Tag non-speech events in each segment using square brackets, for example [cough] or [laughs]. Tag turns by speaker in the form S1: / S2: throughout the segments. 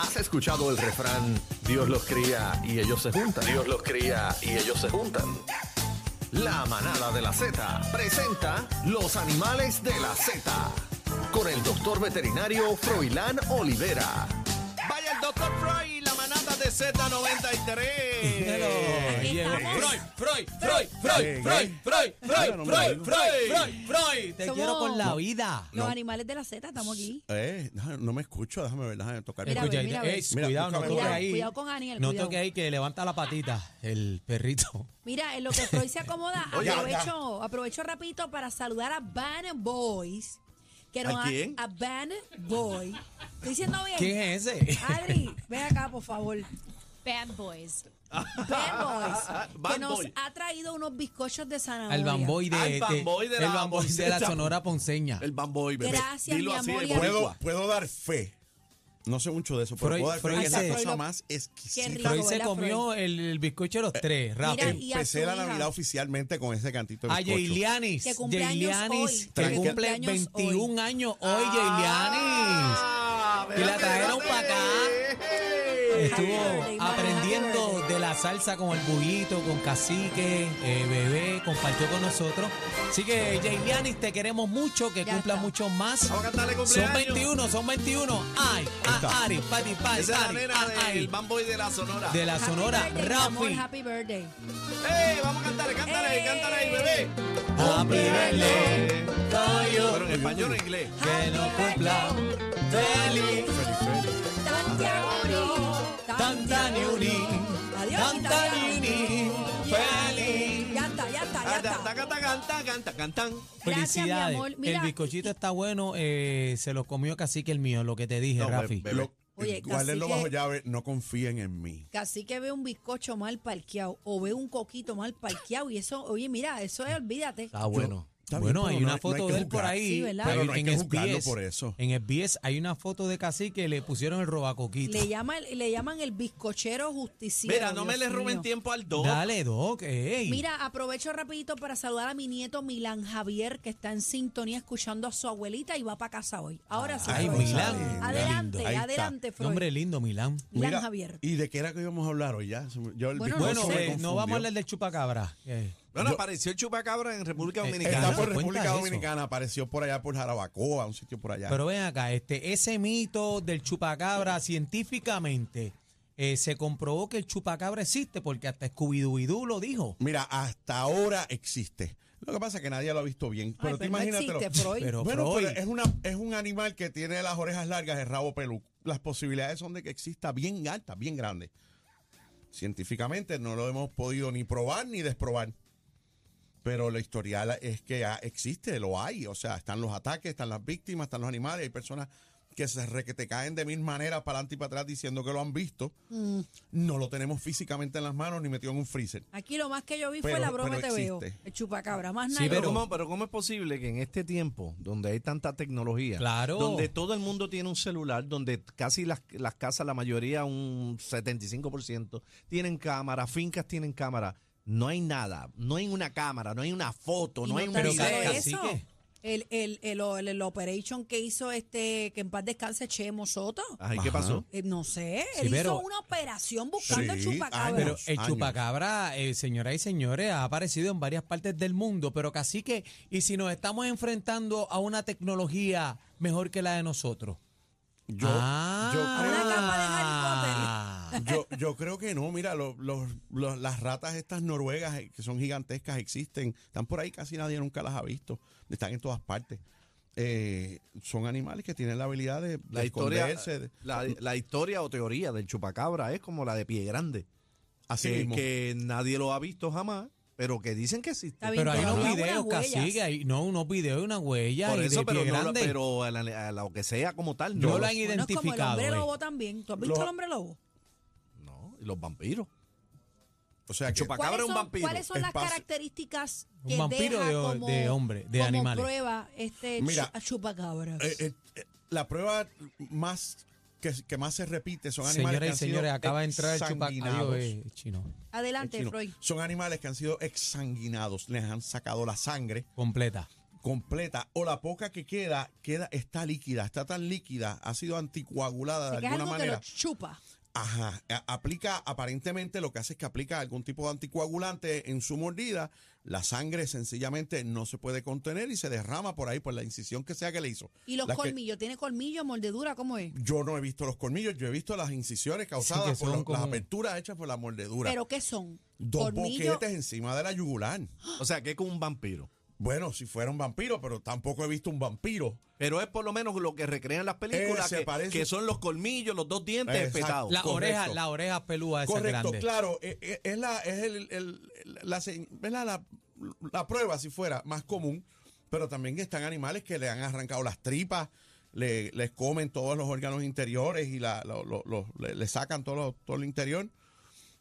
S1: ¿Has escuchado el refrán Dios los cría y ellos se juntan? Dios los cría y ellos se juntan. La manada de la Z presenta los animales de la Z con el doctor veterinario Froilán Olivera.
S2: Vaya el doctor Freud, la manada de
S1: Eh,
S2: Z93.
S3: Aquí estamos.
S2: Freud, Freud, Freud, Freud, Freud, Freud, Freud, Freud, Freud, Freud, Freud.
S4: Te
S3: Somos-
S4: quiero con la vida.
S3: Los animales de la Z estamos aquí.
S5: Eh, déjame- no me escucho, déjame ver, déjame tocar.
S3: Mira,
S4: Escucha,
S3: ve, mira, ve.
S4: ey,
S5: Mira,
S4: cuidado, no
S5: escúchame,
S4: toque
S5: cuidado.
S4: ahí.
S3: Cuidado con Aniel,
S4: No
S3: cuidado.
S4: toque ahí que levanta la patita el
S3: [laughs]
S4: perrito.
S3: Mira, en lo que Freud se acomoda,
S2: [laughs] Oye,
S3: aprovecho, aprovecho rapidito para saludar a Van Boys. Que nos
S2: ¿A
S3: ha-
S2: quién?
S3: A Van Boy. ¿Estoy diciendo bien?
S4: ¿Quién es ese?
S3: Adri, ven acá, por favor.
S6: Bad Boys.
S2: [laughs]
S3: Van Boys. que
S2: Bad
S3: nos
S2: Boy.
S3: ha traído unos bizcochos de zanahoria.
S4: Al bamboy de, este,
S2: Ah, el bamboy de
S4: el
S2: la
S4: bamboy de la
S2: Ponceña.
S4: Sonora Ponceña.
S2: El bamboy, bebé.
S3: Gracias,
S2: Dilo
S3: mi
S2: así
S3: amor,
S2: de
S3: y a-
S2: boricua.
S5: Puedo, puedo dar fe. No sé mucho de eso, pero
S4: Freud-
S5: puedo dar fe
S4: Freud
S5: que es la
S4: se-
S5: cosa más
S3: Qué
S5: exquisita.
S3: rico.
S4: Freud se
S3: ¿verdad,
S4: comió el, el bizcocho de los tres, rápido.
S3: y a
S5: Empecé
S3: su
S5: la
S3: hija.
S5: Navidad oficialmente con ese cantito de
S4: A
S5: bizcocho.
S4: Yeilianis.
S3: Que cumpleaños hoy.
S4: Yeilianis, que
S5: Que
S4: cumple
S3: cumpleaños
S4: 21
S3: hoy.
S4: años hoy, Yeilianis.
S2: Ah,
S4: Y la
S2: espérate,
S4: trajeron
S2: espérate.
S4: para
S1: eh,
S4: acá.
S3: birthday,
S4: Estuvo
S3: mamá, happy
S4: aprendiendo
S3: birthday.
S4: de la salsa con el bullito, con cacique, eh, bebé, compartió con nosotros. Así que, Jailianis, te queremos mucho, que
S3: Ya
S4: cumpla
S3: está.
S4: mucho más.
S2: Vamos a cantarle
S4: Son
S2: cumpleaños.
S4: 21, son 21. Ay, ah, Ari, Pati,
S2: Esa
S4: Pati,
S2: es la
S4: Ari,
S2: nena
S4: ah,
S2: del
S4: Ari.
S2: bamboy de la Sonora.
S4: De la
S3: Happy
S4: Sonora,
S3: birthday, mi amor,
S4: Rafi.
S3: Happy birthday.
S2: ¡Eh! Vamos a cantar, cántale,
S3: Eh.
S2: cántale ahí, bebé.
S4: Happy birthday to you.
S2: Pero en español o en inglés.
S4: Que no cumpla feliz.
S3: Tanta Uni,
S4: Tanta Uni,
S3: Adiós,
S4: tanta
S3: italiano.
S4: Uni, feliz.
S3: Ya está, ya está, ya
S2: Canta,
S3: está.
S2: canta, canta, canta, cantan.
S3: Gracias, mi
S4: Felicidades.
S3: amor. Mira,
S4: el bizcochito está bueno. eh, se lo comió Cacique el mío, lo que te dije,
S5: No,
S4: Rafi.
S5: bebé. Lo-
S3: Oye,
S5: Guárdenlo
S3: cacique-
S5: bajo llave, no confíen en mí.
S3: Casi que ve un bizcocho mal parqueado o ve un coquito mal parqueado y eso, oye, mira, eso es, olvídate.
S4: Está Ah, bueno.
S5: está
S4: bueno,
S5: bien,
S4: hay
S5: pero no
S4: una
S5: hay- no
S4: foto
S5: hay que
S4: de él por
S5: juzgar.
S4: ahí.
S3: Sí, ¿verdad?
S4: Hay-
S5: Pero no hay
S4: en
S5: que juzgarlo
S4: SBS,
S5: por eso.
S4: En SBS hay una foto de Cacique le pusieron el robacoquito.
S3: Le, llama, le llaman el bizcochero justiciero.
S2: Mira, no me le
S3: Dios
S2: roben
S3: mío.
S2: tiempo al dos.
S4: Dale, Doc. ey.
S3: Mira, aprovecho rapidito para saludar a mi nieto Milán Javier, que está en sintonía escuchando a su abuelita y va para casa hoy. Ahora sí.
S4: Ay,
S3: Freud.
S4: Milán.
S3: Adelante,
S5: Ahí está.
S3: adelante, Freud.
S4: Nombre lindo, Milán.
S3: Milán Javier.
S5: ¿Y de qué era que íbamos a hablar hoy ya? Se me- Yo el
S3: Bueno, No
S4: Bueno,
S5: bizcocho me
S3: sé.
S4: eh, no
S5: confundió.
S4: vamos a hablar del chupacabra. eh.
S2: Bueno,
S5: Yo-
S2: apareció el chupacabra en República
S4: Eh,
S2: Dominicana.
S5: Está por
S4: Cuenta
S5: República
S4: eso.
S5: Dominicana, apareció por allá por Jarabacoa, un sitio por allá.
S4: Pero ven acá, este, ese mito del chupacabra, científicamente eh, se comprobó que el chupacabra existe porque hasta Scooby-Doo lo dijo.
S5: Mira, hasta ahora existe. Lo que pasa es que nadie lo ha visto bien. Pero, tú
S3: pero no
S5: imagínatelo.
S3: existe, Freud.
S4: Pero,
S5: bueno,
S4: Freud,
S5: pero es, una, es un animal que tiene las orejas largas, el rabo peludo. Las posibilidades son de que exista bien alta, bien grande. Científicamente no lo hemos podido ni probar ni desprobar. Pero la historial es que ah, existe, lo hay. O sea, están los ataques, están las víctimas, están los animales. Hay personas que se re, que te caen de mil maneras para adelante y para atrás diciendo que lo han visto. No lo tenemos físicamente en las manos ni metido en un freezer.
S3: Aquí lo más que yo vi fue
S5: Pero-
S3: la broma te
S5: pero
S3: veo.
S5: existe.
S3: El chupacabra, más nada.
S4: Sí,
S2: Pero,
S4: pero-
S2: ¿cómo, pero ¿cómo es posible que en este tiempo, donde hay tanta tecnología,
S4: Claro.
S2: donde todo el mundo tiene un celular, donde casi las, las casas, la mayoría, un 75%, tienen cámara, fincas tienen cámara, no hay nada, no hay una cámara, no hay una foto,
S3: Y
S2: no, hay un
S3: tan
S4: pero
S2: video.
S3: solo
S4: ca-
S3: eso.
S4: cacique.
S3: El, el, el, el- el operation que hizo este, que en paz descanse Chemo Soto.
S2: Ajá, ¿y ¿Qué
S5: Ajá.
S2: pasó?
S3: Eh, no sé,
S4: Ah. Sí,
S3: él
S4: pero-
S3: hizo una operación buscando
S5: Sí,
S3: chupacabra.
S4: Pero
S5: años,
S4: el
S5: años.
S4: chupacabra, eh, señoras y señores, ha aparecido en varias partes del mundo, pero casi que, y si nos estamos enfrentando a una tecnología mejor que la de nosotros.
S5: Yo,
S4: Ah.
S5: yo creo
S3: Una capa de Harry
S5: Yo, yo creo que no, mira, lo- los- los- las ratas estas noruegas eh, que son gigantescas existen, están por ahí, casi nadie nunca las ha visto, están en todas partes. Eh, son animales que tienen la habilidad de, de
S2: La historia, eh,
S5: esconderse. de-
S2: la, la historia o teoría del chupacabra es como la de Pie Grande,
S5: así
S2: que,
S5: mismo.
S2: que nadie lo ha visto jamás, pero que dicen que existe.
S3: Está bien,
S4: Pero hay
S3: pero
S4: unos
S3: habrá
S4: videos,
S3: unas huellas.
S4: cacique, hay, no, unos videos y una huella.
S2: Por
S4: y
S2: eso,
S4: de
S2: pero,
S4: pie
S2: no, lo-
S4: grande.
S2: pero a, la- a lo que sea como tal,
S4: No
S2: no,
S4: lo
S2: lo-
S4: han
S3: Bueno, es como el
S4: identificado.
S3: hombre
S4: eh.
S3: lobo también. ¿Tú has visto
S5: Los-
S3: el hombre lobo?
S2: No, y los vampiros.
S5: o sea, que,
S2: Chupacabra
S3: ¿Cuáles
S2: es un
S3: son,
S2: vampiro.
S3: cuáles son las
S5: Espacio-
S3: características
S4: Un
S3: que
S4: vampiro
S3: deja
S4: de-
S3: como,
S4: de hombre, de
S3: como
S4: animales.
S3: prueba este
S5: Mira,
S3: chu- chupacabras?
S5: eh, eh, eh, la prueba más que, que más se repite son
S4: Señoras
S5: animales
S4: y
S5: que han sido
S4: señores, acaba de entrar el
S5: exsanguinados.
S4: chupacabra. eh, chino.
S3: Adelante,
S5: eh, Chino.
S3: Freud.
S5: Son animales que han sido exsanguinados, les han sacado la sangre
S4: Completa.
S5: completa o la poca que queda, queda está líquida, está tan líquida, ha sido anticoagulada
S3: Así que
S5: de
S3: es
S5: alguna
S3: algo que
S5: manera.
S3: lo chupa.
S5: Ajá, a- aplica aparentemente lo que hace es que aplica algún tipo de anticoagulante en su mordida, la sangre sencillamente no se puede contener y se derrama por ahí por la incisión que sea que le hizo.
S3: Y los
S5: Las que-
S3: colmillos, ¿tiene colmillo, mordedura? ¿Cómo es?
S5: yo no he visto los colmillos, yo he visto las incisiones causadas por
S4: son
S5: lo- las
S4: como-
S5: aperturas hechas por la mordedura.
S3: ¿Pero qué son?
S5: Dos este
S3: Colmillo.
S5: boquetes encima de la yugular.
S2: O sea, que es como un vampiro.
S5: Bueno, si fuera un vampiro, pero tampoco he visto un vampiro.
S2: Pero es por lo menos lo que recrean las películas,
S5: Ese
S2: que,
S5: Eh, parece-
S2: que son los colmillos, los dos dientes
S5: Exacto.
S2: espetados.
S4: La
S5: Correcto.
S4: oreja, la oreja pelúa esa
S5: Correcto,
S4: grande.
S5: claro. e- e- Es, la, es el- el- el- la, se- ¿verdad? la, la prueba, si fuera, más común. Pero también están animales que le han arrancado las tripas, le- les comen todos los órganos interiores y la, lo- lo- lo- le, le sacan todo, lo- todo el interior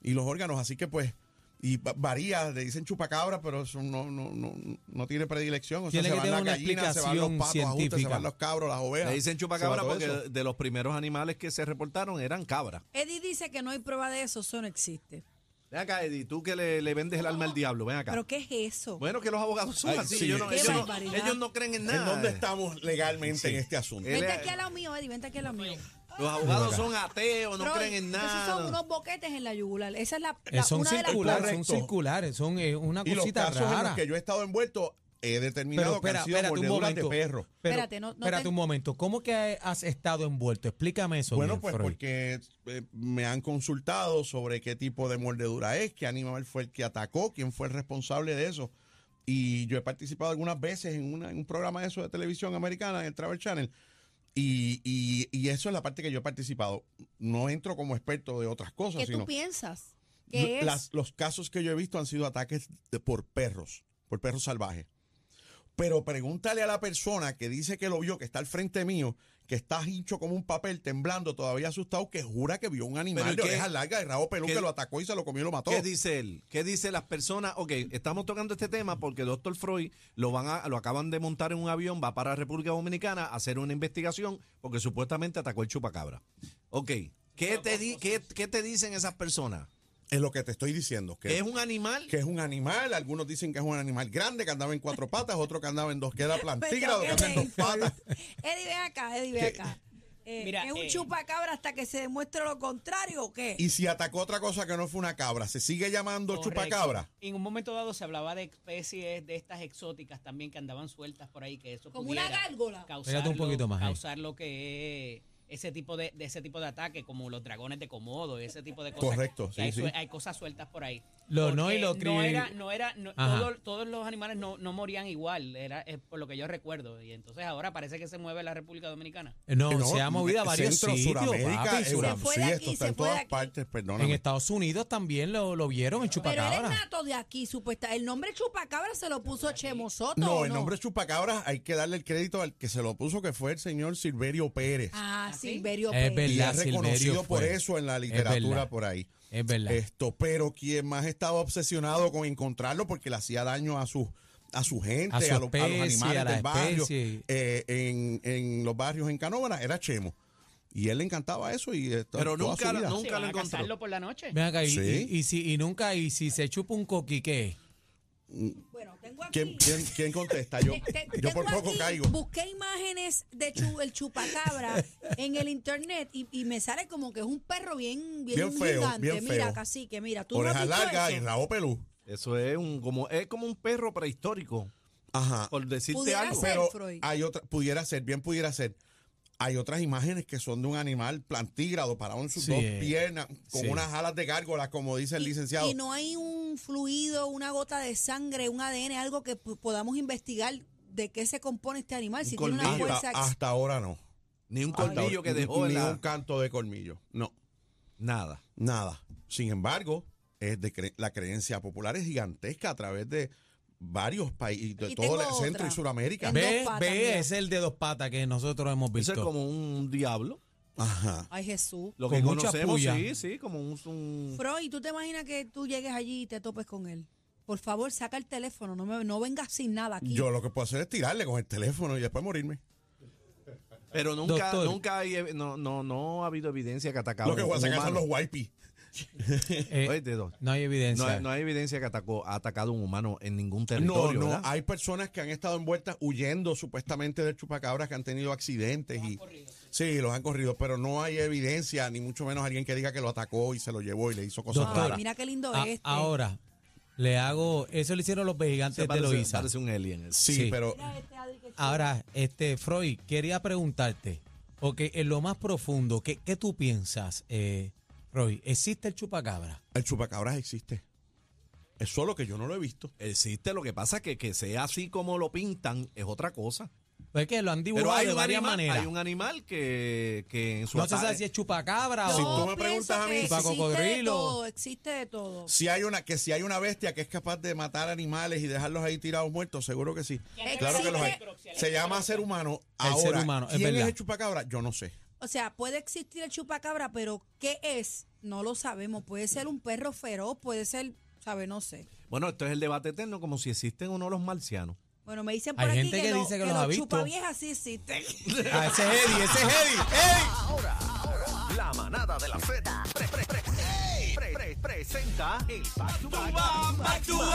S5: y los órganos. Así que, pues, y va- varía, le dicen chupacabra, pero eso no, no, no, no tiene predilección. O sea,
S4: Tiene
S5: se
S4: que
S5: van
S4: tener
S5: las
S4: una
S5: gallinas, se van los
S4: explicación
S5: patos, ajustes, se
S4: científica.
S5: van los cabros, las ovejas.
S2: Le dicen chupacabra
S5: se va todo
S2: porque
S5: eso.
S2: de los primeros animales que se reportaron eran cabras.
S3: Eddie dice que no hay prueba de eso, eso no existe.
S2: Ven acá, Eddie, tú que le, le vendes el alma al diablo, ven acá.
S3: ¿Pero qué es eso?
S2: Bueno, que los abogados son
S5: Ay,
S2: así.
S5: sí.
S2: Ellos, no,
S3: Qué
S2: ellos no-
S3: barbaridad.
S2: ellos no creen en
S5: ¿En
S2: nada.
S5: dónde estamos legalmente en este asunto?
S2: él
S3: vente
S2: es-
S3: aquí al lado mío, Eddie, vente aquí al lado mío.
S2: Los abogados son ateos, no
S3: Troy,
S2: creen en nada.
S3: Esos son unos boquetes en la yugular. Esa es la,
S4: Eh,
S3: la-
S4: son
S3: una de las pruebas.
S4: circulares, son
S5: Correcto.
S4: circulares, son eh, una
S5: y los
S4: cosita
S5: casos en los
S4: rara.
S5: que yo he estado envuelto he determinado que han sido mordeduras de perro.
S4: Pero,
S3: Espérate, no- no
S4: espérate
S3: te-
S4: un momento. ¿Cómo que has estado envuelto? Explícame eso.
S5: Bueno,
S4: bien,
S5: pues
S4: Freud.
S5: porque eh, me han consultado sobre qué tipo de mordedura es, qué animal fue el que atacó, quién fue el responsable de eso. Y yo he participado algunas veces en, una- en un programa de eso de televisión americana, en el Travel Channel. Y, y- y eso es la parte que yo he participado. No entro como experto de otras cosas,
S3: ¿Qué
S5: sino...
S3: tú piensas? ¿Qué es?
S5: Las- los casos que yo he visto han sido ataques de- por perros, por perros salvajes. Pero pregúntale a la persona que dice que lo vio, que está al frente mío, que está hincho como un papel, temblando, todavía asustado, que jura que vio un
S2: Pero, ¿y
S5: animal de
S2: qué?
S5: orejas largas y rabo pelú
S2: ¿Qué?
S5: que lo atacó y se lo comió y lo mató.
S2: ¿Qué dice él? ¿Qué dice las personas? Ok, estamos tocando este tema porque Dr. Freud lo van a, lo acaban de montar en un avión, va para República Dominicana a hacer una investigación porque supuestamente atacó el chupacabra. Ok, ¿qué te, di- qué, qué te dicen esas personas?
S5: Es lo que te estoy diciendo.
S2: ¿Que
S5: Que
S2: es un animal?
S5: que es un animal, algunos dicen que es un animal grande, que andaba en cuatro patas, otro que andaba en dos,
S3: [laughs]
S5: que era plantigra, otro que andaba en dos patas.
S3: Eddie, ven acá, Eddie, ven acá. Eh,
S6: Mira,
S3: ¿Es un
S6: eh,
S3: chupacabra hasta que se demuestre lo contrario o qué?
S5: Y si atacó otra cosa que no fue una cabra, ¿se sigue llamando
S7: Correcto.
S5: chupacabra?
S7: En un momento dado se hablaba de especies de estas exóticas también que andaban sueltas por ahí, que eso
S3: Como
S7: pudiera
S3: una gárgola.
S7: causar
S4: Pégate un
S7: lo-
S4: poquito más eh. ahí.
S7: causar lo que es ese tipo de, de ese tipo de ataque, como los dragones de Komodo, ese tipo de cosas.
S5: Correcto,
S7: que
S5: sí,
S7: hay,
S5: sí.
S7: sue- hay cosas sueltas por ahí.
S4: Lo- no,
S7: Porque
S4: y lo
S7: no
S4: cri-
S7: era, no era, no-
S4: Ajá.
S7: todo- todos los animales no, no morían igual, era es por lo que yo recuerdo. Y entonces ahora parece que se mueve la República Dominicana.
S4: No, se ha movido a
S5: eh,
S4: varios
S5: Centro,
S4: sitios,
S5: Suramérica,
S4: papi,
S5: Europa,
S3: Se fue
S5: sí,
S3: de
S5: esto
S3: aquí,
S5: está
S3: se
S5: en
S3: fue de
S5: todas
S3: aquí.
S5: partes,
S4: En
S5: perdóname.
S4: Estados Unidos también lo, lo vieron en
S3: Pero él es
S4: Chupacabra.
S3: nato de aquí, supuesta. El nombre chupacabra se lo puso Chemo Soto.
S5: no,
S3: ¿o
S5: el nombre Chupacabras hay que darle el crédito al que se lo puso, que fue el señor Silverio Pérez.
S3: Ah,
S7: ¿Ah, sí?
S3: Silverio
S4: Es
S3: Pérez.
S5: y
S4: verdad,
S5: es reconocido
S4: Silverio
S5: por
S4: fue.
S5: eso en la
S4: Es
S5: literatura
S4: verdad.
S5: por ahí.
S4: Es verdad.
S5: Esto, pero quien más estaba obsesionado con encontrarlo porque le hacía daño a su a su gente,
S4: A
S5: a,
S4: su
S5: los- a los
S4: especie,
S5: animales
S4: a la
S5: del barrio,
S4: especie.
S5: eh, en, en los barrios en Canóvana, era Chemo. Y él le encantaba eso y eh, to-
S2: Pero
S5: toda
S2: nunca-
S5: su vida.
S2: nunca-
S7: ¿Se van
S2: lo
S7: a
S2: encontró.
S7: cazarlo por la noche?
S4: Ven acá, y,
S5: Sí.
S4: y- y si, y nunca, y si se chupa un coqui, ¿qué?
S3: Bueno, tengo aquí.
S5: ¿Quién, quién, quién
S4: [laughs]
S5: contesta? Yo,
S3: Te- te-
S5: yo
S3: tengo
S5: por poco
S3: aquí,
S5: caigo.
S3: Busqué imágenes de chu- el
S5: [laughs]
S3: chupacabra en el internet y, y me sale como que es un perro bien, bien,
S5: Bien feo,
S3: gigante.
S5: bien
S3: Mira,
S5: feo.
S3: cacique, mira, tú no has
S5: Oreja
S3: visto
S5: larga
S3: eso?
S5: y rabo pelú.
S2: Eso es un como es como un perro prehistórico,
S5: Ajá.
S2: por decirte
S3: Pudiera
S2: algo.
S3: ser.
S5: Pero
S3: Freud.
S5: hay otra, pudiera ser, bien pudiera ser. Hay otras imágenes que son de un animal plantígrado parado en sus
S4: Sí,
S5: dos
S4: eh,
S5: piernas, con
S4: sí.
S5: unas alas de gárgola, como dice el licenciado.
S3: Y no hay un fluido, una gota de sangre, un ADN, algo que p- podamos investigar de qué se compone este animal, si tiene una
S2: colmillo.
S5: hasta,
S3: fuerza. ex-
S5: hasta ahora no.
S2: Ni un
S5: Hasta
S2: colmillo
S5: ahora-
S2: que dejó en
S5: Ni
S2: la-
S5: un canto de colmillo. No,
S2: nada.
S5: nada. Sin embargo, es de cre- la creencia popular es gigantesca a través de varios países, de
S3: Y
S5: todo el
S3: tengo
S5: Centro
S3: otra.
S5: y Sudamérica.
S3: En
S4: Ve,
S3: dos patas, mira.
S4: ve, es el de dos patas que nosotros hemos
S2: Eso
S4: visto.
S2: es como un diablo.
S5: Ajá.
S3: Ay, Jesús.
S2: Lo
S4: Con
S2: que
S4: mucha
S2: conocemos,
S4: puya.
S2: sí, sí, como un- un
S3: Freud, ¿tú te imaginas que tú llegues allí y te topes con él? Por favor, saca el teléfono, no, me, no vengas sin nada aquí.
S5: Yo lo que puedo hacer es tirarle con el teléfono y después morirme.
S2: Pero nunca,
S4: Doctor.
S2: nunca hay, ev- no, no, no ha habido evidencia que atacaba.
S5: lo que voy a sacar son los wipes.
S4: Eh,
S2: Oye, Dedo,
S4: no hay evidencia.
S2: no, hay- no hay evidencia que atacó, ha atacado un humano en ningún
S5: No,
S2: territorio.
S5: no,
S2: ¿verdad?
S5: hay personas que han estado envueltas huyendo supuestamente del chupacabras que han tenido accidentes y sí, los han corrido, pero no hay evidencia ni mucho menos alguien que diga que lo atacó y se lo llevó y le hizo cosas
S4: Doctor.
S5: raras.
S3: mira qué lindo
S4: A-
S3: este.
S4: Ahora, le hago. Eso lo hicieron los
S2: Se
S4: gigantes de
S2: parece,
S4: Loiza.
S2: parece un alien.
S5: Sí,
S4: sí.
S5: pero
S3: Mira este, Adri, que-
S4: Ahora, este, Freud, quería preguntarte, porque en lo más profundo, ¿qué, qué tú piensas, eh, Freud? ¿Existe el chupacabra?
S5: el chupacabras existe. Es solo que yo no lo he visto.
S2: Existe, lo que pasa es que, que sea así como lo pintan es otra cosa.
S4: Pues es que lo han
S2: Pero
S4: dibujado
S2: hay
S4: de
S2: un,
S4: varias
S2: animal,
S4: maneras.
S2: hay un animal que, que en su
S4: No se
S2: ata-
S4: sabe si es chupacabra
S3: Yo
S5: Si
S4: o...
S5: tú me preguntas
S3: pienso
S5: a mí-
S3: que
S4: Paco
S3: existe de
S4: Codrilo.
S3: todo, existe de todo.
S5: Si hay una que si hay una bestia que es capaz de matar animales y dejarlos ahí tirados muertos, seguro que sí.
S3: Existe-
S5: Claro que los hay. Se llama ser humano.
S4: El
S5: Ahora,
S4: ser humano, es
S5: ¿quién
S4: verdad.
S5: es el chupacabra? Yo no sé.
S3: O sea, puede existir el chupacabra, pero ¿qué es? No lo sabemos. Puede ser un perro feroz, puede ser, sabe, no sé.
S2: Bueno, esto es el debate eterno, como si existen o no los marcianos.
S3: Bueno, me dicen por
S4: Hay
S3: aquí
S4: gente que
S3: lo-
S4: dice que los ha visto.
S3: chupaviejas sí existen.
S4: Ah, ese es Eddie, ese es Eddie.
S1: Ahora, ahora, la manada de la Z pre- pre- pre- pre- pre- presenta el Back to Back.